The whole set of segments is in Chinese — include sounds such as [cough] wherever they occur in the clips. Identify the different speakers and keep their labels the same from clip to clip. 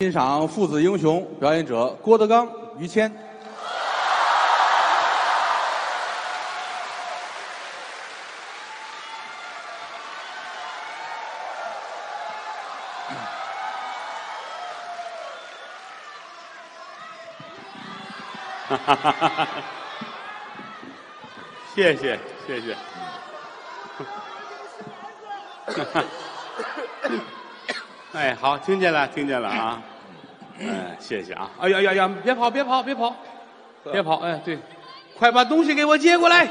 Speaker 1: 欣赏父子英雄，表演者郭德纲、于谦。
Speaker 2: 谢谢谢谢。哎，好，听见了，听见了啊！哎，谢谢啊！哎呀呀呀，别跑，别跑，别跑，别跑！哎，对，快把东西给我接过来！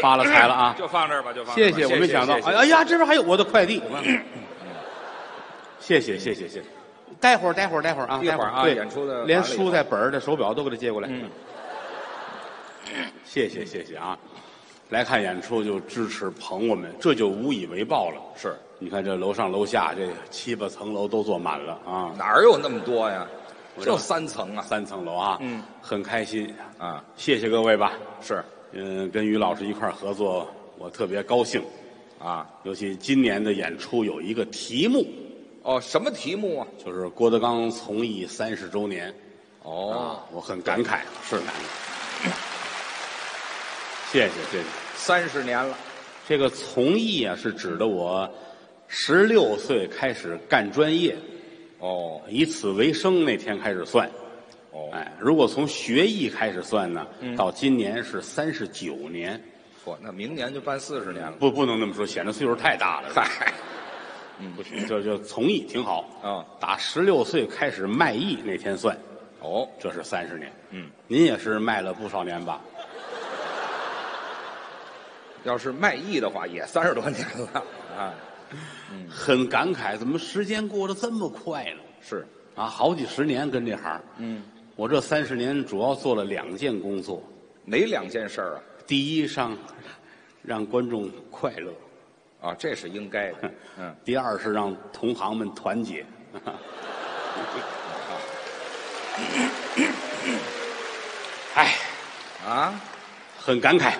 Speaker 2: 发了财了啊！
Speaker 3: 就放这儿吧，就放这
Speaker 2: 谢
Speaker 3: 儿吧。
Speaker 2: 谢，我没想到。
Speaker 3: 谢谢
Speaker 2: 哎呀呀，这边还有我的快递。谢谢谢谢谢谢，待会儿待会儿待会儿啊，
Speaker 3: 一会儿
Speaker 2: 待
Speaker 3: 啊
Speaker 2: 对
Speaker 3: 演出的
Speaker 2: 连
Speaker 3: 完了以后
Speaker 2: 书带本儿的手表都给他接过来。谢谢谢谢啊！来看演出就支持捧我们，这就无以为报了。
Speaker 3: 是
Speaker 2: 你看这楼上楼下这七八层楼都坐满了啊，
Speaker 3: 哪儿有那么多呀？
Speaker 2: 我知道
Speaker 3: 就三层啊
Speaker 2: 三层楼啊，
Speaker 3: 嗯，
Speaker 2: 很开心，
Speaker 3: 啊！
Speaker 2: 谢谢各位吧。
Speaker 3: 是
Speaker 2: 嗯，跟于老师一块儿合作，我特别高兴。
Speaker 3: 啊，
Speaker 2: 尤其今年的演出有一个题目，
Speaker 3: 哦，什么题目啊？
Speaker 2: 就是郭德纲从艺三十周年啊
Speaker 3: 哦，，
Speaker 2: 我很感慨，啊是感慨。谢谢谢谢。
Speaker 3: 三十年了，
Speaker 2: 这个从艺啊，是指的我十六岁开始干专业，
Speaker 3: 哦
Speaker 2: 以此为生那天开始算。
Speaker 3: 哦，嗯
Speaker 2: 哎，如果从学艺开始算呢，到今年是三十九年，
Speaker 3: 嚯，那明年就办四十年了。
Speaker 2: 不不能那么说，显得岁数太大了。
Speaker 3: 嗨，嗯
Speaker 2: 不行，就就从艺挺好
Speaker 3: 啊
Speaker 2: 打十六岁开始卖艺那天算，
Speaker 3: 哦，
Speaker 2: 这是三十年。
Speaker 3: 嗯，
Speaker 2: 您也是卖了不少年吧？
Speaker 3: 要是卖艺的话，也三十多年了 [laughs] 啊。
Speaker 2: 很感慨，怎么时间过得这么快呢？
Speaker 3: 是
Speaker 2: 啊，好几十年跟这行。嗯，我这三十年主要做了两件工作，
Speaker 3: 哪两件事儿啊？
Speaker 2: 第一上让观众快乐，
Speaker 3: 啊，这是应该
Speaker 2: [laughs]
Speaker 3: 的。嗯，
Speaker 2: 第二是让同行们团结。 [laughs] 哎，
Speaker 3: 啊，
Speaker 2: 很感慨。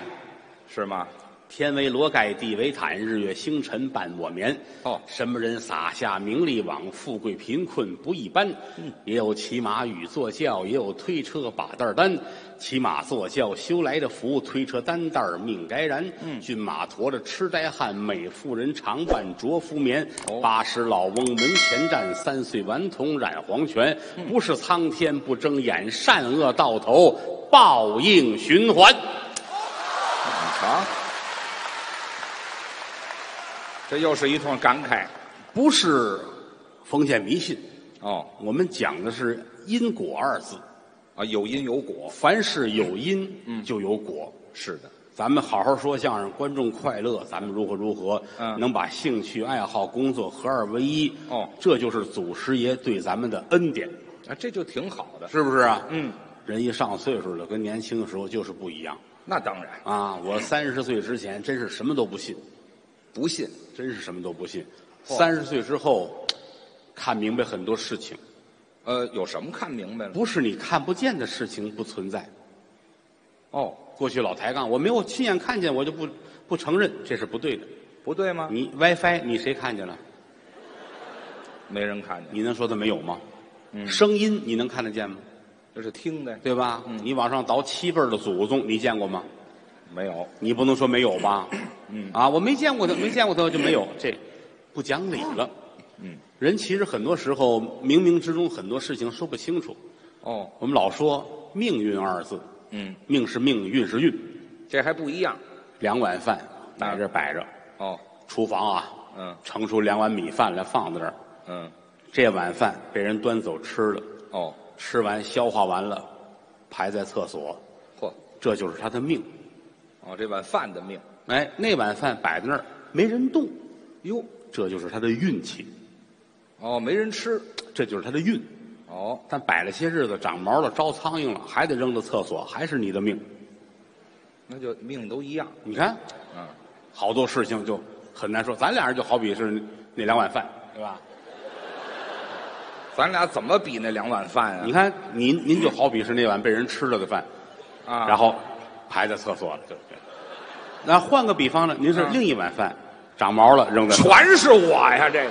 Speaker 3: 是吗？
Speaker 2: 天为罗盖，地为毯，日月星辰伴我眠。
Speaker 3: 哦
Speaker 2: 什么人撒下名利网？富贵贫困不一般。嗯，也有骑马与坐轿，也有推车把担儿担。骑马坐轿修来的福，推车担担儿命该然。嗯，骏马驮着痴呆汉，美妇人常伴着夫眠。
Speaker 3: 哦
Speaker 2: 八十老翁门前站，三岁顽童染黄泉。不是苍天不睁眼，善恶到头报应循环。
Speaker 3: 你瞧，这又是一通感慨。
Speaker 2: 不是封建迷信，
Speaker 3: 哦
Speaker 2: 我们讲的是因果二字。
Speaker 3: 啊，有因有果。
Speaker 2: 凡事有
Speaker 3: 嗯
Speaker 2: 因，就有果。
Speaker 3: 是的，
Speaker 2: 咱们好好说相声，观众快乐，咱们如何如何，
Speaker 3: 嗯
Speaker 2: 能把兴趣爱好、工作合二为一。
Speaker 3: 哦
Speaker 2: 这就是祖师爷对咱们的恩典，
Speaker 3: 啊，这就挺好的。
Speaker 2: 是不是啊？
Speaker 3: 嗯，
Speaker 2: 人一上岁数了，跟年轻的时候就是不一样
Speaker 3: 那当然，
Speaker 2: 啊！我三十岁之前真是什么都不信，
Speaker 3: 不信
Speaker 2: 真是什么都不信。三十岁之后，看明白很多事情。
Speaker 3: 呃，有什么看明白了？
Speaker 2: 不是你看不见的事情不存在。
Speaker 3: 哦，
Speaker 2: 过去老抬杠，我没有亲眼看见，我就不不承认，这是不对的。
Speaker 3: 不对吗？
Speaker 2: 你 WiFi 你谁看见了？
Speaker 3: 没人看见，
Speaker 2: 你能说他没有吗？声音你能看得见吗？
Speaker 3: 这是听的，
Speaker 2: 对吧？你往上倒七辈儿的祖宗，你见过吗？
Speaker 3: 没有
Speaker 2: 你不能说没有吧？啊，我没见过他，没见过他就没有，这不讲理了。人其实很多时候冥冥之中很多事情说不清楚。
Speaker 3: 哦，
Speaker 2: 我们老说命运二字，
Speaker 3: 嗯，
Speaker 2: 命是命，运是运。
Speaker 3: 这还不一样
Speaker 2: 两碗饭在这摆着，
Speaker 3: 哦，
Speaker 2: 厨房啊，
Speaker 3: 嗯
Speaker 2: 盛出两碗米饭来放在这儿。
Speaker 3: 嗯
Speaker 2: 这碗饭被人端走吃了，
Speaker 3: 哦，
Speaker 2: 吃完消化完了，排在厕所，
Speaker 3: 嚯，
Speaker 2: 这就是他的命。
Speaker 3: 哦，这碗饭的命，
Speaker 2: 哎，那碗饭摆在那儿没人动，
Speaker 3: 哟，
Speaker 2: 这就是他的运气，
Speaker 3: 哦，没人吃，
Speaker 2: 这就是他的运。
Speaker 3: 哦，
Speaker 2: 但摆了些日子，长毛了，招苍蝇了，还得扔到厕所，还是你的命。
Speaker 3: 那就命都一样，
Speaker 2: 你看，
Speaker 3: 嗯，
Speaker 2: 好多事情就很难说。咱俩人就好比是那两碗饭，对吧？
Speaker 3: 咱俩怎么比那两碗饭
Speaker 2: 你
Speaker 3: 啊？
Speaker 2: 看，您您就好比是那碗被人吃了的饭，
Speaker 3: 啊，
Speaker 2: 然后排在厕所了，就嗯这。那换个比方呢，您是
Speaker 3: 啊
Speaker 2: 另一碗饭长毛了扔在，
Speaker 3: 全是我呀，这个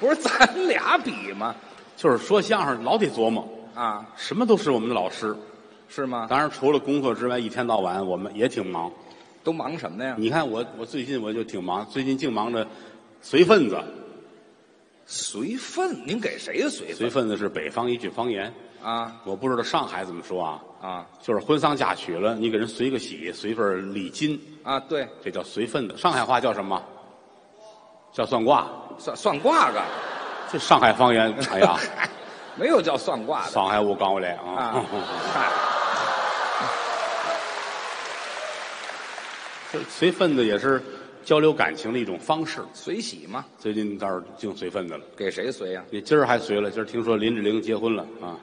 Speaker 3: 不是咱俩比吗？
Speaker 2: 就是说相声老得琢磨，
Speaker 3: 啊，
Speaker 2: 什么都是我们的老师。
Speaker 3: 是吗？
Speaker 2: 当然，除了工作之外，一天到晚我们也挺忙。
Speaker 3: 都忙什么呀？
Speaker 2: 你看我，我最近我就挺忙，最近净忙着随份子。
Speaker 3: 随份，您给谁随
Speaker 2: 随份
Speaker 3: 份
Speaker 2: 子是北方一句方言，
Speaker 3: 啊？
Speaker 2: 我不知道上海怎么说啊。
Speaker 3: 啊
Speaker 2: 就是婚丧嫁娶了，你给人随个喜，随份礼金，
Speaker 3: 啊，对，
Speaker 2: 这叫随份子。上海话叫什么？叫算卦。
Speaker 3: 算算卦的，
Speaker 2: 这上海方言，哎 [laughs] 呀，
Speaker 3: 没有叫算卦的
Speaker 2: 上海我刚回来啊
Speaker 3: 啊。。嗨
Speaker 2: 这 [laughs] 随份子也是交流感情的一种方式。
Speaker 3: 随喜嘛，
Speaker 2: 最近倒是净随份子了，
Speaker 3: 给谁随呀？
Speaker 2: 你今儿还随了，今儿听说林志玲结婚了啊。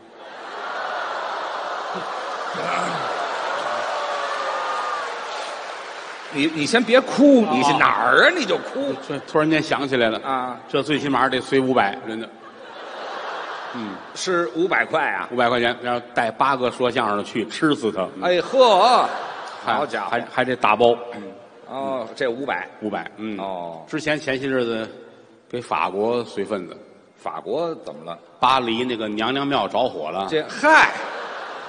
Speaker 3: 你你先别哭，你是哪儿啊？你就哭
Speaker 2: 这突然间想起来了
Speaker 3: 啊，
Speaker 2: 这最起码得随五百，真的
Speaker 3: 是五百块啊？
Speaker 2: 五百块钱，然后带八个说相声的去吃死他，嗯
Speaker 3: 哎呵，
Speaker 2: 还
Speaker 3: 好家
Speaker 2: 还
Speaker 3: 伙！
Speaker 2: 还得打包
Speaker 3: 哦，这五百，
Speaker 2: 五百，嗯
Speaker 3: 哦
Speaker 2: 之前前些日子给法国随份子，
Speaker 3: 法国怎么了？
Speaker 2: 巴黎那个娘娘庙着火了，
Speaker 3: 这嗨，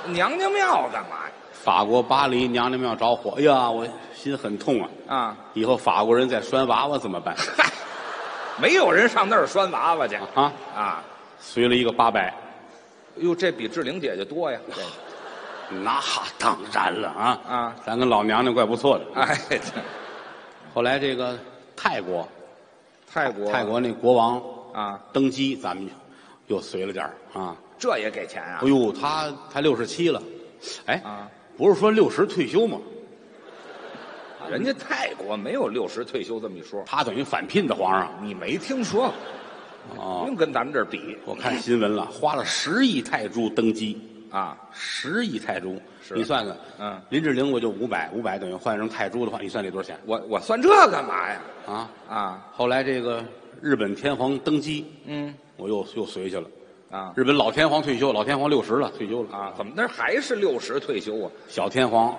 Speaker 3: 娘娘庙干嘛呀？
Speaker 2: 法国巴黎娘娘庙着火，哎呀，我心很痛啊！
Speaker 3: 啊，
Speaker 2: 以后法国人再拴娃娃怎么办
Speaker 3: 嗨，没有人上那儿拴娃娃去
Speaker 2: 啊？
Speaker 3: 啊！
Speaker 2: 随了一个八百，
Speaker 3: 哟，这比志玲姐姐多呀！这
Speaker 2: 那当然了啊
Speaker 3: 啊
Speaker 2: 咱跟老娘娘怪不错的。
Speaker 3: 哎，这
Speaker 2: 后来这个泰国，
Speaker 3: 泰国
Speaker 2: 泰国那国王
Speaker 3: 啊，
Speaker 2: 登基，咱们又随了点儿啊。
Speaker 3: 这也给钱啊
Speaker 2: 哎？呦，他他六十七了，哎，
Speaker 3: 啊
Speaker 2: 不是说六十退休吗？哎
Speaker 3: 人家泰国没有六十退休这么一说，
Speaker 2: 他等于返聘的皇上
Speaker 3: 你没听说过？不
Speaker 2: 哦。
Speaker 3: 用跟咱们这儿比
Speaker 2: 我看新闻了，花了十亿泰铢登基，
Speaker 3: 啊！
Speaker 2: 十亿泰铢，
Speaker 3: 是
Speaker 2: 你算算，
Speaker 3: 嗯，
Speaker 2: 林志玲我就五百，五百等于换成泰铢的话，你算这多少钱
Speaker 3: 我我算这干嘛呀？
Speaker 2: 啊？
Speaker 3: 啊，
Speaker 2: 后来这个日本天皇登基，
Speaker 3: 嗯
Speaker 2: 我又又随去了。
Speaker 3: 啊
Speaker 2: 日本老天皇退休，老天皇六十了，退休了
Speaker 3: 啊，怎么那还是六十退休啊？
Speaker 2: 小天皇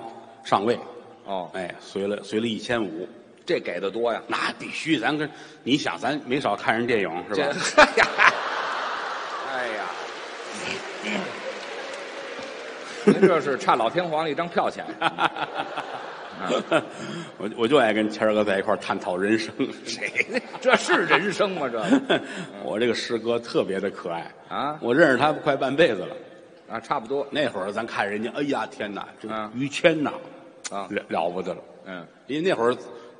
Speaker 2: 上位，
Speaker 3: 哦，
Speaker 2: 哎，随了随了一千五，
Speaker 3: 这给的多呀？
Speaker 2: 那必须，咱跟你想，咱没少看人电影是
Speaker 3: 这
Speaker 2: 吧？
Speaker 3: [laughs] 哎呀，哎呀，嗯您这是差老天皇一张票钱。啊
Speaker 2: [laughs] 我我就爱跟谦儿哥在一块儿探讨人生。
Speaker 3: 嗯谁呢？这是人生吗？这
Speaker 2: [laughs] 我这个师哥特别的可爱
Speaker 3: 啊
Speaker 2: 我认识他快半辈子了。
Speaker 3: 啊，差不多
Speaker 2: 那会儿咱看人家，哎呀天哪，这
Speaker 3: 啊
Speaker 2: 于谦呐，
Speaker 3: 啊
Speaker 2: 了了不得了。
Speaker 3: 嗯，
Speaker 2: 因为那会儿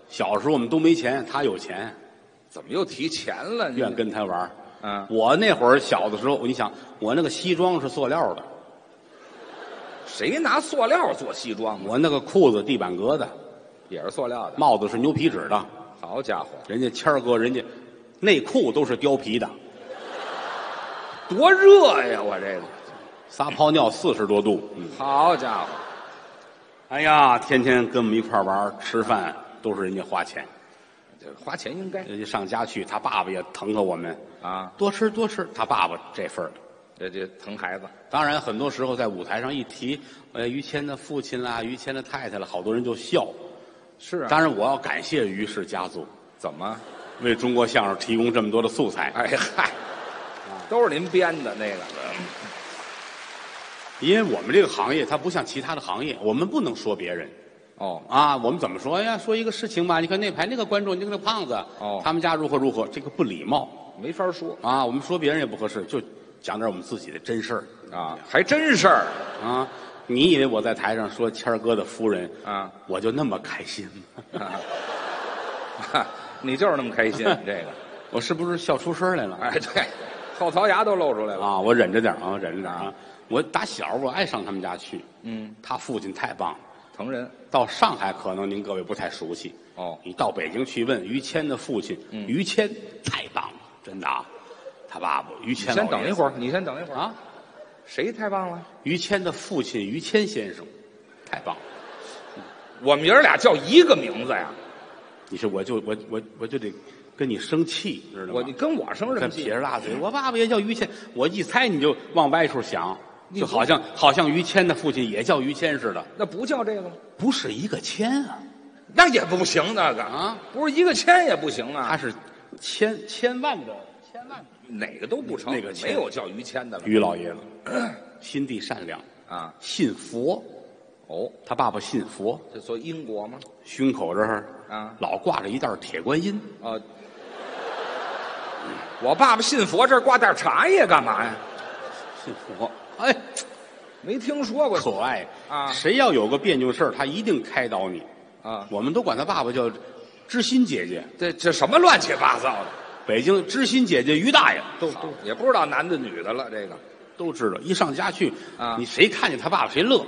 Speaker 2: 小时候我们都没钱，他有钱，
Speaker 3: 怎么又提钱了？你
Speaker 2: 愿跟他玩儿。
Speaker 3: 嗯
Speaker 2: 我那会儿小的时候，你想我那个西装是塑料的，
Speaker 3: 谁拿塑料做西装啊？
Speaker 2: 我那个裤子地板革的，
Speaker 3: 也是塑料的。
Speaker 2: 帽子是牛皮纸的，
Speaker 3: 好家伙，
Speaker 2: 人家谦儿哥人家内裤都是貂皮的，
Speaker 3: 多热呀！我这个，
Speaker 2: 撒泡尿四十多度。嗯，
Speaker 3: 好家伙，
Speaker 2: 哎呀，天天跟我们一块儿玩儿吃饭都是人家花钱，
Speaker 3: 这花钱应该
Speaker 2: 人家上家去，他爸爸也疼疼我们，
Speaker 3: 啊，
Speaker 2: 多吃多吃，他爸爸这份儿。
Speaker 3: 这这疼孩子
Speaker 2: 当然，很多时候在舞台上一提，呃，于谦的父亲啦，于谦的太太了，好多人就笑。
Speaker 3: 是啊
Speaker 2: 当然，我要感谢于氏家族，
Speaker 3: 怎么？ [laughs]
Speaker 2: 为中国相声提供这么多的素材。
Speaker 3: 哎嗨，都是您编的那个
Speaker 2: 因为我们这个行业，它不像其他的行业，我们不能说别人
Speaker 3: 哦，
Speaker 2: 啊。我们怎么说哎呀？说一个事情吧，你看那排那个观众，那个胖子，
Speaker 3: 哦
Speaker 2: 他们家如何如何，这个不礼貌
Speaker 3: 没法说
Speaker 2: 啊。我们说别人也不合适，就讲点我们自己的真事儿
Speaker 3: 啊，还真事儿 [laughs]
Speaker 2: 啊。你以为我在台上说谦儿哥的夫人
Speaker 3: 啊，
Speaker 2: 我就那么开心吗？
Speaker 3: 啊，哈你就是那么开心，这个
Speaker 2: [laughs]
Speaker 3: [laughs]
Speaker 2: 我是不是笑出声来了？
Speaker 3: 哎对，后槽牙都露出来了。
Speaker 2: 啊，我忍着点啊，忍着点啊。我打小我爱上他们家去，
Speaker 3: 嗯，
Speaker 2: 他父亲太棒了。
Speaker 3: 疼人
Speaker 2: 到上海可能您各位不太熟悉，
Speaker 3: 哦嗯
Speaker 2: 你到北京去问于谦的父亲，于谦太棒了，真的啊，他爸爸于谦。
Speaker 3: 先等一会
Speaker 2: 儿
Speaker 3: 儿，你先等一会儿。
Speaker 2: 啊，
Speaker 3: 谁太棒了？
Speaker 2: 于谦的父亲于谦先生，太棒了。
Speaker 3: 我们爷儿俩叫一个名字呀！
Speaker 2: 你说我就我我我就得跟你生气，知道吗？
Speaker 3: 我你跟我生什
Speaker 2: 这
Speaker 3: 么
Speaker 2: 撇
Speaker 3: 气？嗯
Speaker 2: 着大嘴，我爸爸也叫于谦，我一猜你就往歪处想，就好像好像于谦的父亲也叫于谦似的，
Speaker 3: 那不叫这个吗？
Speaker 2: 不是一个谦啊。
Speaker 3: 那也不行，那个
Speaker 2: 啊，
Speaker 3: 不是一个谦也不行
Speaker 2: 他
Speaker 3: 啊！
Speaker 2: 是千千万的千万
Speaker 3: 哪个都不成，
Speaker 2: 那个谦
Speaker 3: 没有叫于谦的了
Speaker 2: 于老爷子心地善良，
Speaker 3: 啊。
Speaker 2: 信佛，
Speaker 3: 哦，
Speaker 2: 他爸爸信佛，
Speaker 3: 这所以英国吗？
Speaker 2: 胸口这儿
Speaker 3: 啊
Speaker 2: 老挂着一袋铁观音，
Speaker 3: 啊，我爸爸信佛，这儿挂袋茶叶干嘛呀？
Speaker 2: 信佛，哎，
Speaker 3: 没听说过
Speaker 2: 可爱
Speaker 3: 啊
Speaker 2: 谁要有个别扭事儿，他一定开导你。
Speaker 3: 啊！
Speaker 2: 我们都管他爸爸叫知心姐姐，
Speaker 3: 这这什么乱七八糟的？
Speaker 2: 北京知心姐姐于大爷都
Speaker 3: 好也不知道男的女的了，这个
Speaker 2: 都知道。一上家去
Speaker 3: 啊
Speaker 2: 你谁看见他爸爸谁乐。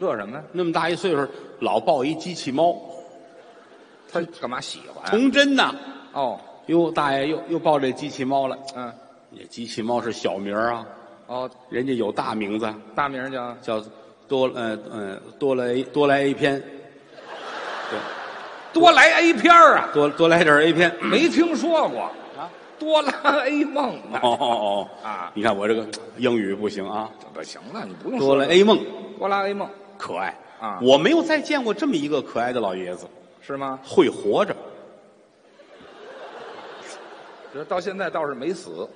Speaker 3: 乐什么呀？
Speaker 2: 那么大一岁数，老抱一机器猫，
Speaker 3: 他干嘛喜欢呀？啊
Speaker 2: 童真呐、
Speaker 3: 哦，
Speaker 2: 哟，大爷又又抱这机器猫了。
Speaker 3: 嗯，
Speaker 2: 这机器猫是小名儿啊，
Speaker 3: 哦，
Speaker 2: 人家有大名字，
Speaker 3: 大名叫
Speaker 2: 叫多呃呃多来多来 A 片，
Speaker 3: 多来 A 片儿啊，
Speaker 2: 多多来点儿 A 片。
Speaker 3: 没听说过
Speaker 2: 啊，
Speaker 3: 多拉 A 梦呢？
Speaker 2: 哦哦哦
Speaker 3: 啊
Speaker 2: 你看我这个英语不行啊，
Speaker 3: 不行了，你不用
Speaker 2: 多
Speaker 3: 说
Speaker 2: 来 A 梦
Speaker 3: 多拉 A 梦
Speaker 2: 可爱
Speaker 3: 啊
Speaker 2: 我没有再见过这么一个可爱的老爷子，
Speaker 3: 是吗？
Speaker 2: 会活着。
Speaker 3: 这到现在倒是没死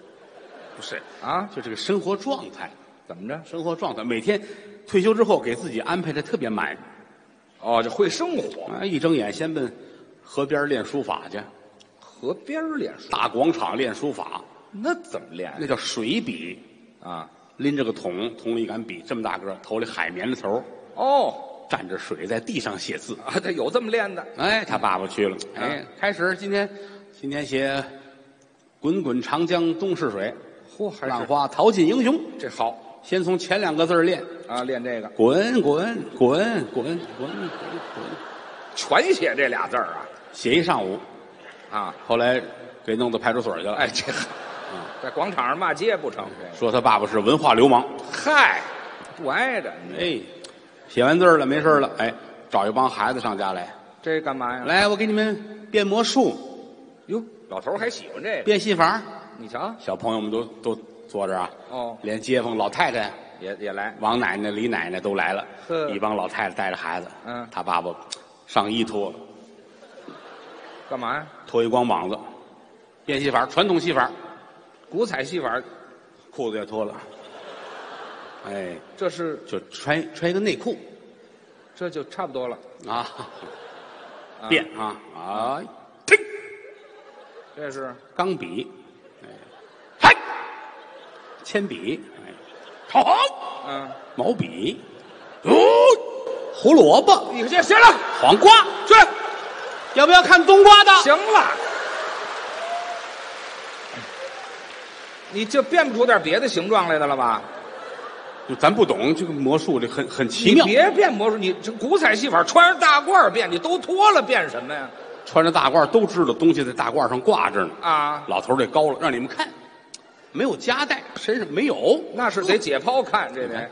Speaker 2: 不是，
Speaker 3: 啊？
Speaker 2: 就这个生活状态，
Speaker 3: 怎么着？
Speaker 2: 生活状态，每天退休之后给自己安排的特别满
Speaker 3: 哦，这会生活，
Speaker 2: 啊！一睁眼先奔河边练书法去，
Speaker 3: 河边儿练书，
Speaker 2: 大广场练书法，
Speaker 3: 那怎么练
Speaker 2: 那叫水笔，
Speaker 3: 啊？
Speaker 2: 拎着个桶，桶里一杆笔，这么大个儿，头里海绵的头，
Speaker 3: 哦
Speaker 2: 蘸着水在地上写字。
Speaker 3: 啊，他有这么练的
Speaker 2: 哎，他爸爸去了，
Speaker 3: 啊
Speaker 2: 哎，开始今天，今天写“滚滚长江东逝水，
Speaker 3: 嚯还是
Speaker 2: 浪花淘尽英雄
Speaker 3: 这好”，
Speaker 2: 先从前两个字儿练，
Speaker 3: 啊，练这个
Speaker 2: 滚滚滚滚滚滚滚，
Speaker 3: 全写这俩字儿啊
Speaker 2: 写一上午，
Speaker 3: 啊！
Speaker 2: 后来给弄到派出所去了。
Speaker 3: 哎，，这 [laughs] 在广场上骂街不成？这个
Speaker 2: 说他爸爸是文化流氓。
Speaker 3: 嗨，不挨着你
Speaker 2: 哎，写完字儿了，没事儿了，哎，找一帮孩子上家来，
Speaker 3: 这干嘛呀？
Speaker 2: 来，我给你们变魔术、
Speaker 3: 哟，老头儿还喜欢这个，
Speaker 2: 变戏法。
Speaker 3: 你瞧，
Speaker 2: 小朋友们都都坐这儿啊，
Speaker 3: 哦
Speaker 2: 连街坊老太太、
Speaker 3: 也也来
Speaker 2: 王奶奶、李奶奶都来了，
Speaker 3: 呵
Speaker 2: 一帮老太太带着孩子，
Speaker 3: 嗯
Speaker 2: 他爸爸上衣脱了，
Speaker 3: 干嘛呀？
Speaker 2: 脱一光膀子，变戏法，传统戏法，
Speaker 3: 古彩戏法，
Speaker 2: 裤子也脱了，哎，
Speaker 3: 这是
Speaker 2: 就穿穿一个内裤
Speaker 3: 这就差不多了。
Speaker 2: 啊，
Speaker 3: 嗯
Speaker 2: 变啊啊，
Speaker 3: 这是
Speaker 2: 钢笔，哎，嗨，铅笔，哎，好，
Speaker 3: 嗯，
Speaker 2: 毛笔，哦，胡萝卜，
Speaker 3: 你这行了，
Speaker 2: 黄瓜，
Speaker 3: 去，
Speaker 2: 要不要看冬瓜的？
Speaker 3: [laughs] 行了，你就变不出点别的形状来的了吧？
Speaker 2: 就咱不懂这个魔术，这很很奇
Speaker 3: 你
Speaker 2: 妙。
Speaker 3: 别变魔术，你这古彩戏法穿上大褂儿变，你都脱了变什么呀？
Speaker 2: 穿着大褂都知道东西在大褂上挂着呢。
Speaker 3: 啊，
Speaker 2: 老头儿这高了，让你们看，没有夹带，身上没有。
Speaker 3: 那是得解剖看这得，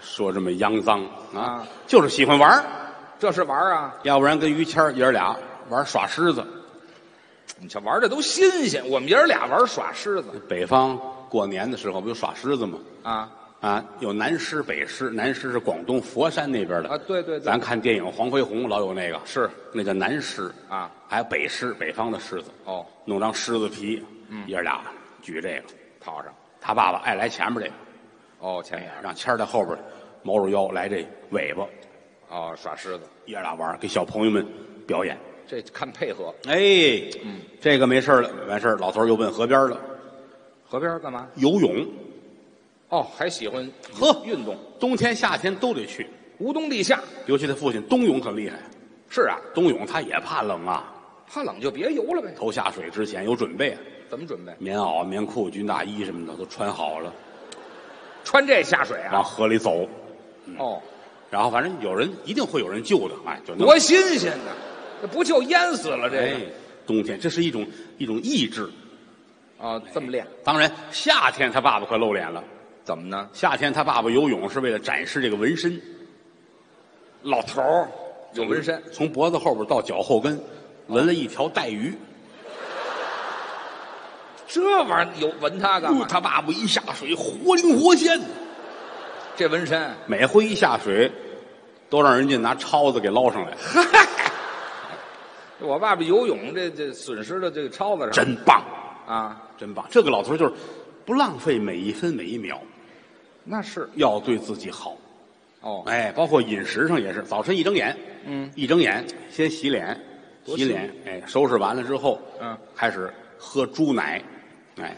Speaker 2: 说这么肮脏啊
Speaker 3: 啊，
Speaker 2: 就是喜欢玩儿
Speaker 3: 这是玩儿啊！
Speaker 2: 要不然跟于谦儿爷儿俩玩儿耍狮子。
Speaker 3: 你瞧玩儿的都新鲜，我们爷儿俩玩儿耍狮子
Speaker 2: 北方过年的时候不就耍狮子吗？
Speaker 3: 啊。
Speaker 2: 啊，有南狮、北狮，南狮是广东佛山那边的
Speaker 3: 啊对对对
Speaker 2: 咱看电影《黄飞鸿》老有那个，
Speaker 3: 是
Speaker 2: 那叫南狮
Speaker 3: 啊，
Speaker 2: 还有北狮，北方的狮子，
Speaker 3: 哦，
Speaker 2: 弄张狮子皮，爷儿俩举这个，
Speaker 3: 套上。
Speaker 2: 他爸爸爱来前面这个，
Speaker 3: 哦，前
Speaker 2: 哎
Speaker 3: 面
Speaker 2: 让谦儿在后边，猫着腰来这尾巴，
Speaker 3: 哦，耍狮子，
Speaker 2: 爷儿俩玩儿，给小朋友们表演。
Speaker 3: 这看配合。
Speaker 2: 哎，这个没事儿了，完事儿，老头儿又奔河边儿了，
Speaker 3: 河边儿干嘛？
Speaker 2: 游泳，
Speaker 3: 哦，还喜欢
Speaker 2: 呵
Speaker 3: 运动，
Speaker 2: 冬天夏天都得去，
Speaker 3: 无冬地下。
Speaker 2: 尤其他父亲冬泳很厉害，
Speaker 3: 是啊，
Speaker 2: 冬泳他也怕冷啊。
Speaker 3: 怕冷就别游了呗。
Speaker 2: 头下水之前有准备啊，
Speaker 3: 怎么准备？
Speaker 2: 棉袄、棉裤、军大衣什么的都穿好了，
Speaker 3: 穿这下水啊？
Speaker 2: 往河里走。
Speaker 3: 哦，
Speaker 2: 然后反正有人一定会有人救的，哎，就那么
Speaker 3: 多新鲜呐！这不就淹死了这
Speaker 2: 哎
Speaker 3: 个？，
Speaker 2: 冬天这是一种一种意志。
Speaker 3: 啊，这么练
Speaker 2: 当然，夏天他爸爸可露脸了。
Speaker 3: 怎么呢？
Speaker 2: 夏天他爸爸游泳是为了展示这个纹身，
Speaker 3: 老头儿有纹身，
Speaker 2: 从脖子后边到脚后跟，纹了一条带鱼。
Speaker 3: 这玩意儿有纹它干嘛
Speaker 2: 哟？他爸爸一下水活灵活现，
Speaker 3: 这纹身，
Speaker 2: 每回一下水，都让人家拿抄子给捞上
Speaker 3: [laughs]
Speaker 2: 来，
Speaker 3: 我爸爸游泳这这损失的这个超子上
Speaker 2: 真棒！
Speaker 3: 啊，
Speaker 2: 真棒！这个老头儿就是不浪费每一分每一秒，
Speaker 3: 那是
Speaker 2: 要对自己好。
Speaker 3: 哦，
Speaker 2: 哎，包括饮食上也是，早晨一睁眼，
Speaker 3: 嗯，
Speaker 2: 一睁眼先洗脸，
Speaker 3: 多
Speaker 2: 洗脸，哎，收拾完了之后，
Speaker 3: 嗯，
Speaker 2: 开始喝猪奶，哎，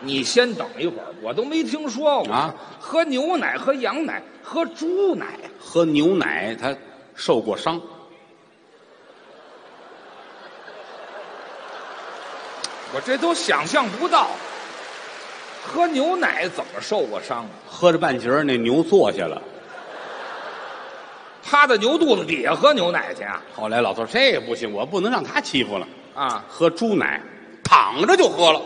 Speaker 3: 你先等一会儿，我都没听说过
Speaker 2: 啊，
Speaker 3: 喝牛奶、喝羊奶、喝猪奶，
Speaker 2: 喝牛奶他受过伤，
Speaker 3: 我这都想象不到。喝牛奶怎么受过伤啊？
Speaker 2: 喝着半截儿那牛坐下了，
Speaker 3: 趴在牛肚子底下喝牛奶去啊？
Speaker 2: 后来老头儿这也不行，我不能让他欺负了，
Speaker 3: 啊
Speaker 2: 喝猪奶，躺着就喝了，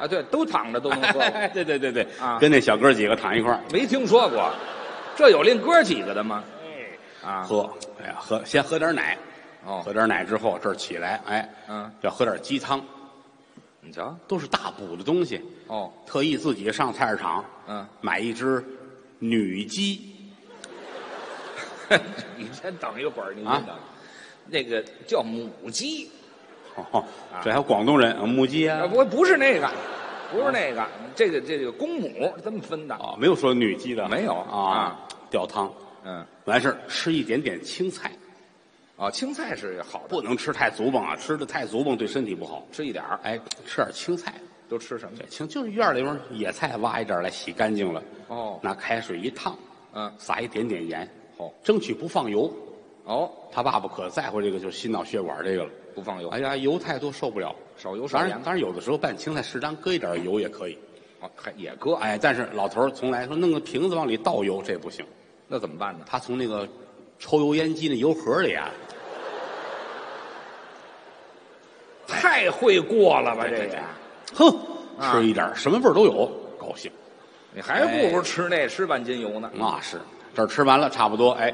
Speaker 3: 啊，对，都躺着都能喝，
Speaker 2: [laughs] 对对对对，
Speaker 3: 啊
Speaker 2: 跟那小哥几个躺一块儿
Speaker 3: 没听说过，这有另哥几个的吗？啊，
Speaker 2: 喝，哎呀，喝先喝点奶，
Speaker 3: 哦
Speaker 2: 喝点奶之后这儿起来，哎，
Speaker 3: 嗯，
Speaker 2: 要喝点鸡汤，
Speaker 3: 你瞧，
Speaker 2: 都是大补的东西。
Speaker 3: 哦，
Speaker 2: 特意自己上菜市场，
Speaker 3: 嗯，
Speaker 2: 买一只女鸡
Speaker 3: 你先等一会儿，你
Speaker 2: 啊
Speaker 3: 先等。那个叫母鸡，
Speaker 2: 哦，这还有广东人呃母鸡
Speaker 3: 啊，
Speaker 2: 啊，
Speaker 3: 不不是那个，不是那个，这个这个公母这么分的。
Speaker 2: 哦，没有说女鸡的，
Speaker 3: 没有
Speaker 2: 啊
Speaker 3: 啊，
Speaker 2: 吊汤，
Speaker 3: 嗯，
Speaker 2: 完事儿吃一点点青菜，
Speaker 3: 啊，青菜是好的，
Speaker 2: 不能吃太足蹦啊，吃的太足蹦对身体不好。
Speaker 3: 吃一点儿。
Speaker 2: 哎，吃点青菜，
Speaker 3: 都吃什么？
Speaker 2: 青就是院里边儿野菜挖一点儿来洗干净了，
Speaker 3: 哦
Speaker 2: 拿开水一烫，
Speaker 3: 嗯哦
Speaker 2: 撒一点点盐，
Speaker 3: 好
Speaker 2: 争取不放油。
Speaker 3: 哦，
Speaker 2: 他爸爸可在乎这个，就是心脑血管这个了。
Speaker 3: 不放油
Speaker 2: 哎，呀，油太多受不了，
Speaker 3: 少油
Speaker 2: 当
Speaker 3: 少盐
Speaker 2: 然，。当然有的时候拌青菜适当搁一点油也可以。
Speaker 3: 哦，还也搁，哎，
Speaker 2: 哎，但是老头儿从来说弄个瓶子往里倒油这不行，
Speaker 3: 那怎么办呢？
Speaker 2: 他从那个抽油烟机那油盒里啊，
Speaker 3: 太会过了吧，这
Speaker 2: 对
Speaker 3: 个。
Speaker 2: 哼，
Speaker 3: 啊
Speaker 2: 吃一点儿什么味儿都有，高兴。
Speaker 3: 你还
Speaker 2: 哎
Speaker 3: 不如吃那吃半斤油呢。
Speaker 2: 那是这儿吃完了差不多，哎，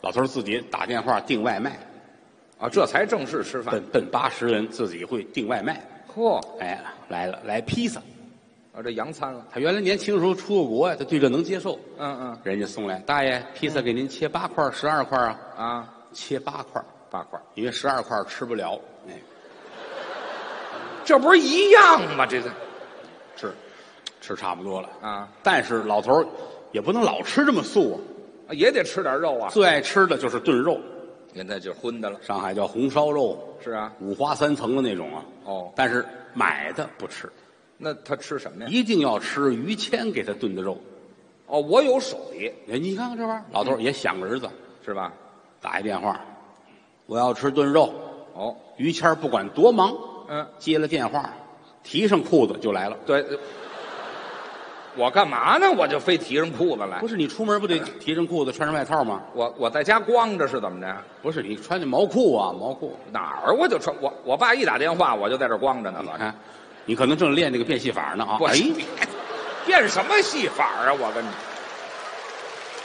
Speaker 2: 老头儿自己打电话订外卖，
Speaker 3: 啊，这才正式吃饭
Speaker 2: 奔。奔八十人自己会订外卖。
Speaker 3: 嚯，
Speaker 2: 哎，来了来披萨，
Speaker 3: 啊，这洋餐了。
Speaker 2: 他原来年轻时候出过国呀，他对这能接受。
Speaker 3: 嗯嗯
Speaker 2: 人家送来，大爷，披萨给您切八块儿、十二块儿啊，
Speaker 3: 啊，
Speaker 2: 切八块儿。
Speaker 3: 八块儿，
Speaker 2: 因为十二块吃不了，哎，
Speaker 3: 这不是一样吗？这个
Speaker 2: 吃吃差不多了。
Speaker 3: 啊，
Speaker 2: 但是老头儿也不能老吃这么素啊，
Speaker 3: 啊也得吃点肉啊。
Speaker 2: 最爱吃的就是炖肉，
Speaker 3: 现在就是荤的了。
Speaker 2: 上海叫红烧肉，
Speaker 3: 是啊，
Speaker 2: 五花三层的那种啊。
Speaker 3: 哦
Speaker 2: 但是买的不吃，
Speaker 3: 那他吃什么呀？
Speaker 2: 一定要吃于谦给他炖的肉。
Speaker 3: 哦，我有手艺，
Speaker 2: 哎，你看看这玩意儿，老头儿也想儿子，
Speaker 3: 是吧？
Speaker 2: 打一电话，我要吃炖肉。
Speaker 3: 哦，
Speaker 2: 于谦儿不管多忙，
Speaker 3: 嗯，
Speaker 2: 接了电话，提上裤子就来了。
Speaker 3: 对，呃我干嘛呢？我就非提上裤子来
Speaker 2: 不。是你出门不得提上裤子穿上外套吗？
Speaker 3: 我我在家光着是怎么着？
Speaker 2: 不是你穿那毛裤啊，毛裤。
Speaker 3: 哪儿我就穿我我爸一打电话我就在这儿光着呢，
Speaker 2: 你
Speaker 3: 我
Speaker 2: 看，你可能正练这个变戏法呢啊！
Speaker 3: 我
Speaker 2: 哎， [laughs]
Speaker 3: 变什么戏法啊？我跟你，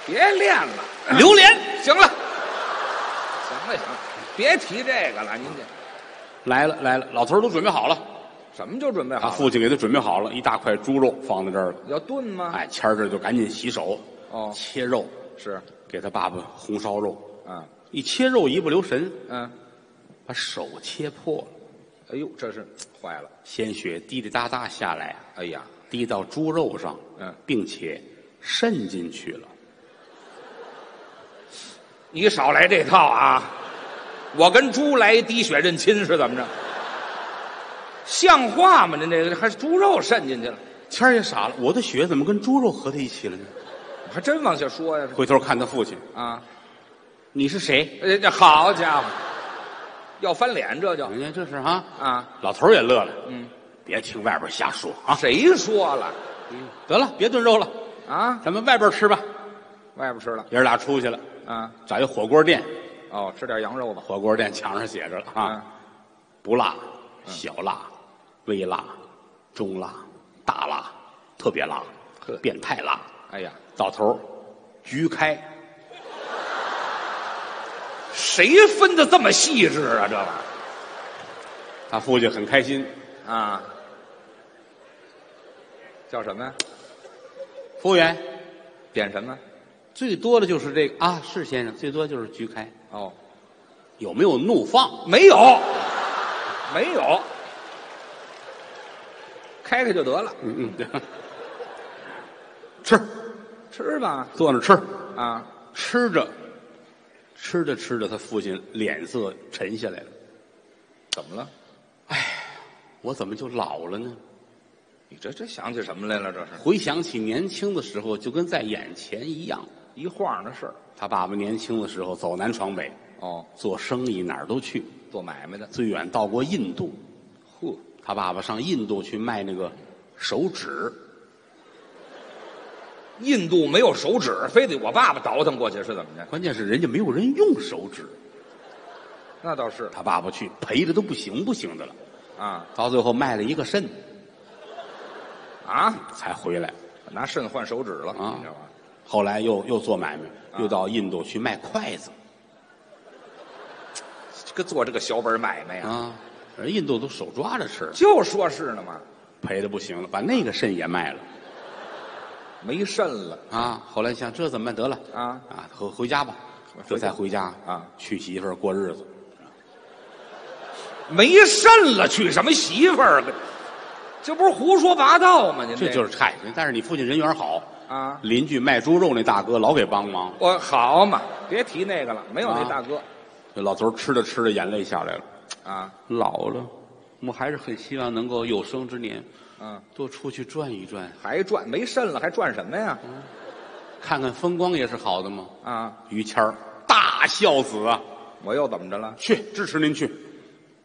Speaker 3: 别练了， [coughs]
Speaker 2: 榴莲
Speaker 3: 行了，行了行了，别提这个了，您这
Speaker 2: 来了来了，老头儿都准备好了，
Speaker 3: 什么就准备
Speaker 2: 他
Speaker 3: 好了？
Speaker 2: 啊父亲给他准备好了一大块猪肉放在这儿了。
Speaker 3: 要炖吗？
Speaker 2: 哎，谦儿这就赶紧洗手，
Speaker 3: 哦
Speaker 2: 切肉，
Speaker 3: 是，
Speaker 2: 给他爸爸红烧肉。
Speaker 3: 嗯
Speaker 2: 一切肉一不留神，
Speaker 3: 嗯，
Speaker 2: 把手切破了，
Speaker 3: 哎呦，这是坏了，
Speaker 2: 鲜血滴滴答答下来，啊
Speaker 3: 哎呀，
Speaker 2: 滴到猪肉上，
Speaker 3: 嗯
Speaker 2: 并且渗进去了。
Speaker 3: 你少来这套啊！我跟猪来一滴血认亲是怎么着？像话吗？您这个还猪肉渗进去了，
Speaker 2: 谦儿也傻了，我的血怎么跟猪肉合在一起了呢？
Speaker 3: 还真往下说呀？
Speaker 2: 回头看他父亲，
Speaker 3: 啊，
Speaker 2: 你是谁？
Speaker 3: 哎，这好家伙，要翻脸这就
Speaker 2: 人家这是啊
Speaker 3: 啊！
Speaker 2: 老头儿也乐了，
Speaker 3: 嗯，
Speaker 2: 别听外边瞎说啊！
Speaker 3: 谁说了
Speaker 2: 得了，别炖肉了，
Speaker 3: 啊？
Speaker 2: 咱们外边吃吧。
Speaker 3: 外边吃了
Speaker 2: 爷儿俩出去了，
Speaker 3: 啊？
Speaker 2: 找一火锅店，
Speaker 3: 哦，吃点羊肉吧。
Speaker 2: 火锅店墙上写着了啊，
Speaker 3: 啊，
Speaker 2: 不辣、小辣、微辣、中辣、大辣、特别辣
Speaker 3: 呵、
Speaker 2: 变态辣。
Speaker 3: 哎呀，
Speaker 2: 到头儿，菊开，
Speaker 3: 谁分的这么细致啊？这玩意
Speaker 2: 他父亲很开心。
Speaker 3: 儿啊，叫什么呀？
Speaker 2: 服务员，
Speaker 3: 点什么？
Speaker 2: 最多的就是这个啊，是先生，最多就是菊开，
Speaker 3: 哦，
Speaker 2: 有没有怒放？
Speaker 3: 没有，没有，开开就得了，
Speaker 2: 嗯嗯，对 [laughs] 吃，
Speaker 3: 吃吧
Speaker 2: 坐那儿吃，
Speaker 3: 啊，
Speaker 2: 吃着，吃着吃着，他父亲脸色沉下来了。
Speaker 3: 怎么了？
Speaker 2: 我怎么就老了呢？
Speaker 3: 你这这想起什么来了？这是
Speaker 2: 回想起年轻的时候，就跟在眼前一样。
Speaker 3: 一晃的事儿
Speaker 2: 他爸爸年轻的时候走南闯北，
Speaker 3: 哦，
Speaker 2: 做生意哪儿都去，
Speaker 3: 做买卖的，
Speaker 2: 最远到过印度。
Speaker 3: 嚯，
Speaker 2: 他爸爸上印度去卖那个手指，
Speaker 3: 印度没有手指，非得我爸爸倒腾过去是怎么着？
Speaker 2: 关键是人家没有人用手指。
Speaker 3: 那倒是
Speaker 2: 他爸爸去赔的都不行不行的了，
Speaker 3: 啊
Speaker 2: 到最后卖了一个肾
Speaker 3: 啊，
Speaker 2: 才回来。
Speaker 3: 拿肾换手指了，
Speaker 2: 啊
Speaker 3: 你知道吗？
Speaker 2: 后来又又做买卖，又到印度去卖筷子
Speaker 3: 这个做这个小本买卖呀、
Speaker 2: 啊，人印度都手抓着吃，
Speaker 3: 就说是呢嘛，
Speaker 2: 赔的不行了，把那个肾也卖了
Speaker 3: 没肾了
Speaker 2: 啊。后来想这怎么办？得了
Speaker 3: 啊
Speaker 2: 啊，回回家吧，这才回家
Speaker 3: 啊，
Speaker 2: 娶媳妇儿过日子。
Speaker 3: 没肾了，娶什么媳妇儿？这不是胡说八道吗？您
Speaker 2: 这就是是差劲。但是你父亲人缘好
Speaker 3: 啊
Speaker 2: 邻居卖猪肉那大哥老给帮忙，
Speaker 3: 我好嘛，别提那个了，没有那
Speaker 2: 啊
Speaker 3: 大哥
Speaker 2: 这老头儿吃着吃着眼泪下来了，
Speaker 3: 啊，
Speaker 2: 老了，我还是很希望能够有生之年
Speaker 3: 嗯，
Speaker 2: 多出去转一转，
Speaker 3: 还赚没肾了，还赚什么呀？
Speaker 2: 看看风光也是好的嘛。
Speaker 3: 啊，
Speaker 2: 于谦儿大孝子啊，
Speaker 3: 我又怎么着了？
Speaker 2: 去支持您去，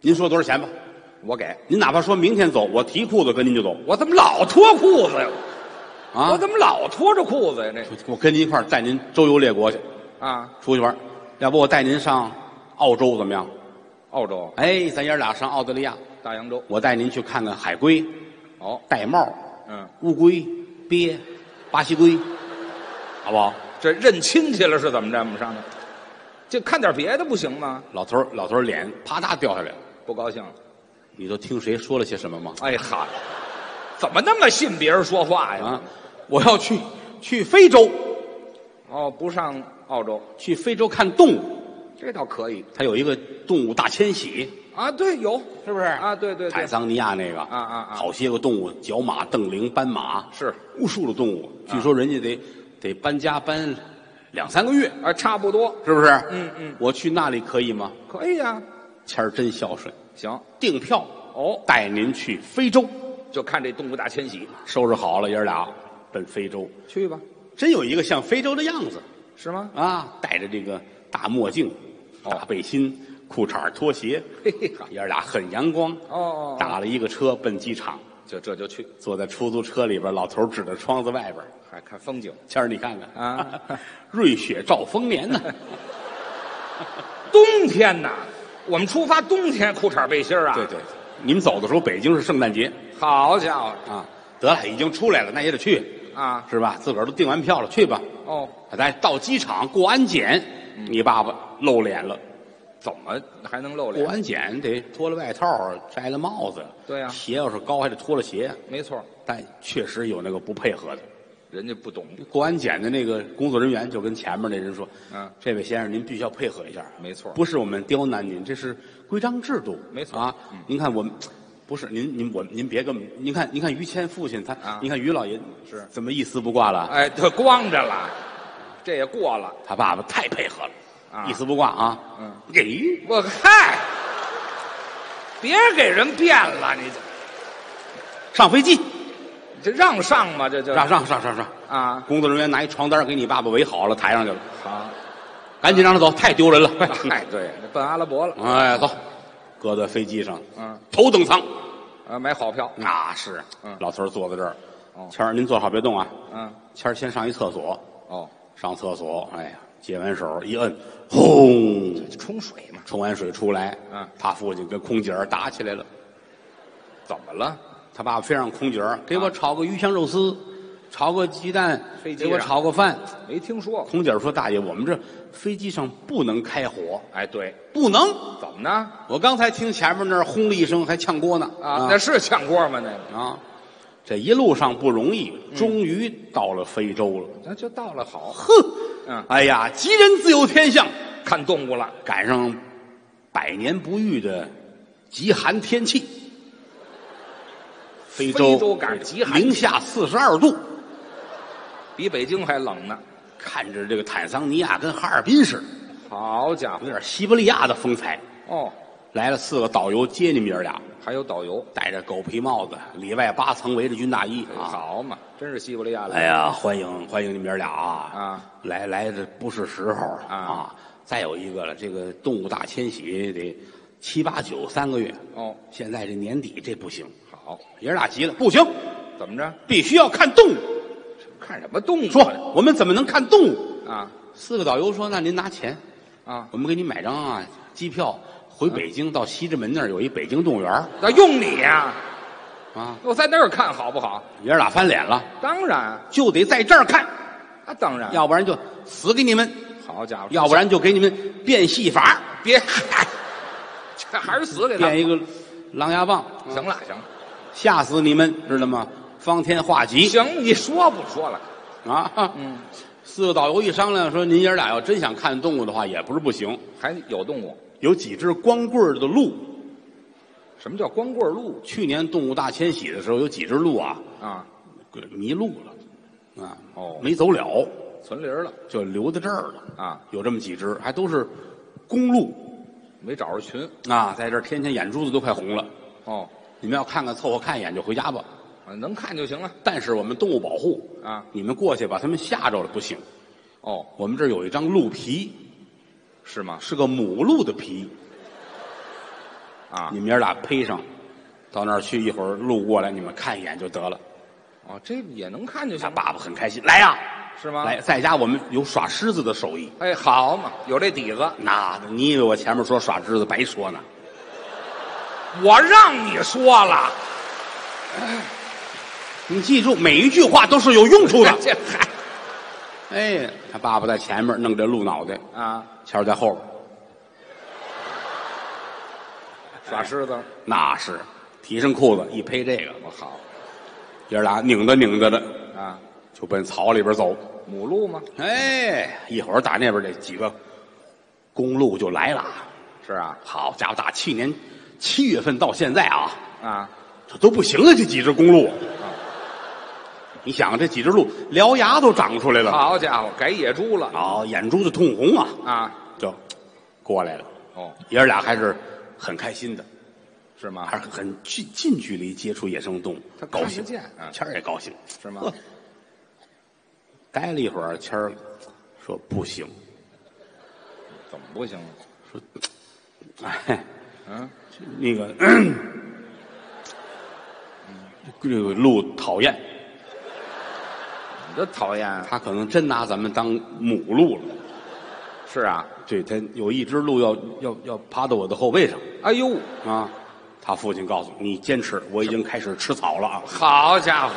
Speaker 2: 您说多少钱吧？
Speaker 3: 我给
Speaker 2: 您哪怕说明天走，我提裤子跟您就走
Speaker 3: 我怎么老脱裤子呀？
Speaker 2: 啊！
Speaker 3: 我怎么老脱着裤子呀？这
Speaker 2: 我跟您一块儿带您周游列国去，
Speaker 3: 啊，
Speaker 2: 出去玩儿。要不我带您上澳洲怎么样？
Speaker 3: 澳洲
Speaker 2: 哎，咱爷儿俩上澳大利亚，
Speaker 3: 大洋洲，
Speaker 2: 我带您去看看海龟、
Speaker 3: 哦，
Speaker 2: 玳瑁、
Speaker 3: 嗯，
Speaker 2: 乌龟、鳖、巴西龟，好不好？
Speaker 3: 这认亲戚了是怎么着？我们上去，这看点别的不行吗？
Speaker 2: 老头儿老头儿脸啪嗒掉下来了，
Speaker 3: 不高兴了。
Speaker 2: 你都听谁说了些什么吗？
Speaker 3: 哎哈，怎么那么信别人说话呀？
Speaker 2: 啊，我要去去非洲，
Speaker 3: 哦，不上澳洲，
Speaker 2: 去非洲看动物。
Speaker 3: 这倒可以
Speaker 2: 它有一个动物大迁徙，
Speaker 3: 啊。对，有
Speaker 2: 是不是？
Speaker 3: 啊，对对
Speaker 2: 坦
Speaker 3: 对，
Speaker 2: 桑尼亚那个
Speaker 3: 啊啊啊
Speaker 2: 好些个动物，角马、瞪羚、斑马，
Speaker 3: 是
Speaker 2: 无数的动物。据说人家得得搬家搬两三个月，
Speaker 3: 啊，差不多
Speaker 2: 是不是？
Speaker 3: 嗯嗯，
Speaker 2: 我去那里可以吗？
Speaker 3: 可以呀。
Speaker 2: 谦儿真孝顺，
Speaker 3: 行，
Speaker 2: 订票
Speaker 3: 哦
Speaker 2: 带您去非洲，
Speaker 3: 就看这动物大迁徙，
Speaker 2: 收拾好了，爷儿俩奔非洲，
Speaker 3: 去吧，
Speaker 2: 真有一个像非洲的样子
Speaker 3: 是吗？
Speaker 2: 啊！戴着这个大墨镜、
Speaker 3: 哦
Speaker 2: 大背心、裤衩、拖鞋，
Speaker 3: 嘿嘿，
Speaker 2: 爷儿俩很阳光。
Speaker 3: 哦哦哦，
Speaker 2: 打了一个车奔机场，
Speaker 3: 就这就去，
Speaker 2: 坐在出租车里边，老头指着窗子外边，
Speaker 3: 还看风景，
Speaker 2: 谦儿你看看
Speaker 3: 啊，
Speaker 2: [laughs] 瑞雪兆丰年呢，
Speaker 3: 冬天呐。我们出发冬天裤衩背心儿啊，
Speaker 2: 对，对，你们走的时候北京是圣诞节
Speaker 3: 好家伙
Speaker 2: 啊，得了，已经出来了，那也得去，
Speaker 3: 啊，
Speaker 2: 是吧？自个儿都订完票了，去吧。
Speaker 3: 哦，
Speaker 2: 咱到机场过安检，
Speaker 3: 嗯
Speaker 2: 你爸爸露脸了，
Speaker 3: 怎么还能露
Speaker 2: 过
Speaker 3: 脸？
Speaker 2: 安检得脱了外套，摘了帽子，
Speaker 3: 对啊呀
Speaker 2: 鞋要是高还得脱了鞋，
Speaker 3: 没错，
Speaker 2: 但确实有那个不配合的。
Speaker 3: 人家不懂，
Speaker 2: 过安检的那个工作人员就跟前面那人说：“
Speaker 3: 嗯
Speaker 2: 这位先生，您必须要配合一下，啊
Speaker 3: 没错
Speaker 2: 不是我们刁难您，这是规章制度，
Speaker 3: 没错嗯
Speaker 2: 啊。您看我们，不是您您我您别跟我们，您看您看于谦父亲他，
Speaker 3: 啊
Speaker 2: 您看于老爷
Speaker 3: 是
Speaker 2: 怎么一丝不挂了？
Speaker 3: 哎，这光着了，这也过了。
Speaker 2: 他爸爸太配合了，
Speaker 3: 啊
Speaker 2: 一丝不挂啊。
Speaker 3: 嗯，
Speaker 2: 咦，
Speaker 3: 我嗨，别给人变了，你这
Speaker 2: 上飞机，
Speaker 3: 这让上吗？这就
Speaker 2: 上上上上上。
Speaker 3: 啊，
Speaker 2: 工作人员拿一床单给你爸爸围好了，抬上去了，
Speaker 3: 好，
Speaker 2: 赶紧让他走，太丢人了。
Speaker 3: 嗨，对，奔阿拉伯了，
Speaker 2: 哎，走，搁在飞机上，
Speaker 3: 嗯，
Speaker 2: 头等舱。”
Speaker 3: 啊，买好票，
Speaker 2: 那是，
Speaker 3: 嗯
Speaker 2: 老头儿坐在这儿
Speaker 3: 哦，
Speaker 2: 谦儿您坐好别动啊，
Speaker 3: 嗯，
Speaker 2: 谦儿先上一厕所，
Speaker 3: 哦，
Speaker 2: 上厕所，哎呀，接完手一摁，轰，
Speaker 3: 冲水嘛，
Speaker 2: 冲完水出来，
Speaker 3: 嗯
Speaker 2: 他父亲跟空姐儿打起来了，
Speaker 3: 怎么了？
Speaker 2: 他爸爸非让空姐儿给我炒个鱼香肉丝，炒个鸡蛋，
Speaker 3: 啊飞机
Speaker 2: 给我
Speaker 3: 上
Speaker 2: 炒个饭。
Speaker 3: 没听说过。
Speaker 2: 空姐儿说：“大爷，我们这飞机上不能开火，
Speaker 3: 哎，对，
Speaker 2: 不能。
Speaker 3: 怎么呢？
Speaker 2: 我刚才听前面那儿轰了一声，还呛锅呢。
Speaker 3: 啊，那是炝锅吗？那个，
Speaker 2: 啊，这一路上不容易，
Speaker 3: 嗯
Speaker 2: 终于到了非洲了。”
Speaker 3: 那就到了好，
Speaker 2: 哼，
Speaker 3: 嗯
Speaker 2: 哎呀，吉人自有天相，
Speaker 3: 看动物了，
Speaker 2: 赶上百年不遇的极寒天气，非洲
Speaker 3: 非洲赶上极寒
Speaker 2: 零下四十二度，
Speaker 3: 比北京还冷呢。
Speaker 2: 看着这个坦桑尼亚跟哈尔滨似的，
Speaker 3: 好家伙
Speaker 2: 有，点西伯利亚的风采。
Speaker 3: 哦，
Speaker 2: 来了四个导游接你们爷儿俩，
Speaker 3: 还有导游，
Speaker 2: 戴着狗皮帽子，里外八层围着军大衣啊。
Speaker 3: 好嘛，真是西伯利亚
Speaker 2: 哎
Speaker 3: 来
Speaker 2: 呀，欢迎欢迎你们爷儿俩啊！
Speaker 3: 啊，
Speaker 2: 来来的不是时候
Speaker 3: 啊
Speaker 2: 再有一个了，这个动物大迁徙得七八九三个月
Speaker 3: 哦，
Speaker 2: 现在这年底这不行，
Speaker 3: 好，
Speaker 2: 爷儿俩急了，不行，
Speaker 3: 怎么着？
Speaker 2: 必须要看动物。
Speaker 3: 看什么动物？
Speaker 2: 说我们怎么能看动物？
Speaker 3: 啊
Speaker 2: 四个导游说：“那您拿钱，
Speaker 3: 啊，
Speaker 2: 我们给你买张啊机票回北京，到西直门那儿有一北京动物园儿
Speaker 3: 那用你呀、
Speaker 2: 啊。
Speaker 3: 我在那儿看好不好？”
Speaker 2: 爷儿俩翻脸了，
Speaker 3: 当然，
Speaker 2: 就得在这儿看，
Speaker 3: 啊，当然。
Speaker 2: 要不然就死给你们，
Speaker 3: 好家伙，
Speaker 2: 要不然就给你们变戏法，
Speaker 3: 别， [laughs] 这还是死给他。
Speaker 2: 变一个狼牙棒，
Speaker 3: 行了行了
Speaker 2: 吓死你们，知道吗？方天画戟
Speaker 3: 行，你说不说了？
Speaker 2: 啊！
Speaker 3: 嗯，
Speaker 2: 四个导游一商量说：“您爷儿俩要真想看动物的话，也不是不行，
Speaker 3: 还有动物？
Speaker 2: 有几只光棍儿的鹿。”
Speaker 3: 什么叫光棍鹿
Speaker 2: 去年动物大迁徙的时候，有几只鹿啊
Speaker 3: 啊？
Speaker 2: 迷路了，啊，
Speaker 3: 哦
Speaker 2: 没走了，
Speaker 3: 存零了
Speaker 2: 就留在这儿了。
Speaker 3: 啊，
Speaker 2: 有这么几只，还都是公鹿
Speaker 3: 没找着群
Speaker 2: 啊，在这儿天天眼珠子都快红了。
Speaker 3: 哦，
Speaker 2: 你们要看看凑合看一眼就回家吧。
Speaker 3: 啊能看就行了
Speaker 2: 但是我们动物保护，
Speaker 3: 啊。
Speaker 2: 你们过去把它们吓着了不行。
Speaker 3: 哦，
Speaker 2: 我们这儿有一张鹿皮，
Speaker 3: 是吗？
Speaker 2: 是个母鹿的皮，
Speaker 3: 啊
Speaker 2: 你，们爷儿俩披上，到那儿去一会儿，鹿过来你们看一眼就得了。
Speaker 3: 哦，这也能看就行
Speaker 2: 他
Speaker 3: 了，
Speaker 2: 爸爸很开心，来呀，
Speaker 3: 是吗？
Speaker 2: 来，在家我们有耍狮子的手艺。
Speaker 3: 哎，好嘛，有这底子。
Speaker 2: 那你以为我前面说耍枝子白说呢？
Speaker 3: 我让你说了，
Speaker 2: 你记住，每一句话都是有用处的。
Speaker 3: 这还
Speaker 2: 哎，他爸爸在前面弄这鹿脑袋，
Speaker 3: [laughs] 啊，
Speaker 2: 谦儿在后边，
Speaker 3: 耍狮子，
Speaker 2: 那是提上裤子一披这个，
Speaker 3: 我好
Speaker 2: 爷儿俩拧着拧着的
Speaker 3: 啊，
Speaker 2: 就奔草里边走。
Speaker 3: 母鹿吗？
Speaker 2: 哎，一会儿打那边这几个公鹿就来了。
Speaker 3: 是啊，
Speaker 2: 好家伙，打去年七月份到现在啊，
Speaker 3: 啊，
Speaker 2: 这都不行了，这几只公鹿。你想，这几只鹿獠牙都长出来了，
Speaker 3: 好家伙，改野猪了
Speaker 2: 啊，眼珠子通红啊。
Speaker 3: 啊！
Speaker 2: 就过来了。
Speaker 3: 哦，
Speaker 2: 爷儿俩还是很开心的，
Speaker 3: 是吗？
Speaker 2: 还是很近近距离接触野生动物，
Speaker 3: 他看
Speaker 2: 高
Speaker 3: 得
Speaker 2: 兴，
Speaker 3: 见嗯
Speaker 2: 谦儿也高兴，
Speaker 3: 是吗
Speaker 2: 呵？待了一会儿，谦儿说不行，
Speaker 3: 怎么不行了？
Speaker 2: 哎，
Speaker 3: 嗯，
Speaker 2: 那个，咳这个鹿讨厌，
Speaker 3: 你这讨厌啊
Speaker 2: 他可能真拿咱们当母鹿了。
Speaker 3: 是啊，
Speaker 2: 对他有一只鹿要要要趴到我的后背上
Speaker 3: 哎呦，
Speaker 2: 啊！他父亲告诉你，你坚持，我已经开始吃草了
Speaker 3: [laughs]
Speaker 2: 啊。
Speaker 3: 好家伙，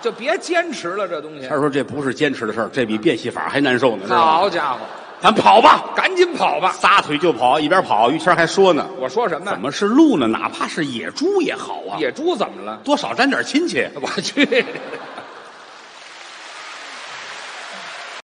Speaker 3: 就别坚持了，这东西
Speaker 2: 他。说：“这不是坚持的事儿，这比变戏法还难受呢。”知道吗
Speaker 3: 好家伙，
Speaker 2: 咱跑吧，
Speaker 3: 赶紧跑吧！
Speaker 2: 撒腿就跑，一边跑于谦还说呢
Speaker 3: 我说什：“么？
Speaker 2: 怎么是鹿呢？哪怕是野猪也好啊，
Speaker 3: 野猪怎么了？
Speaker 2: 多少沾点亲戚。
Speaker 3: 我去，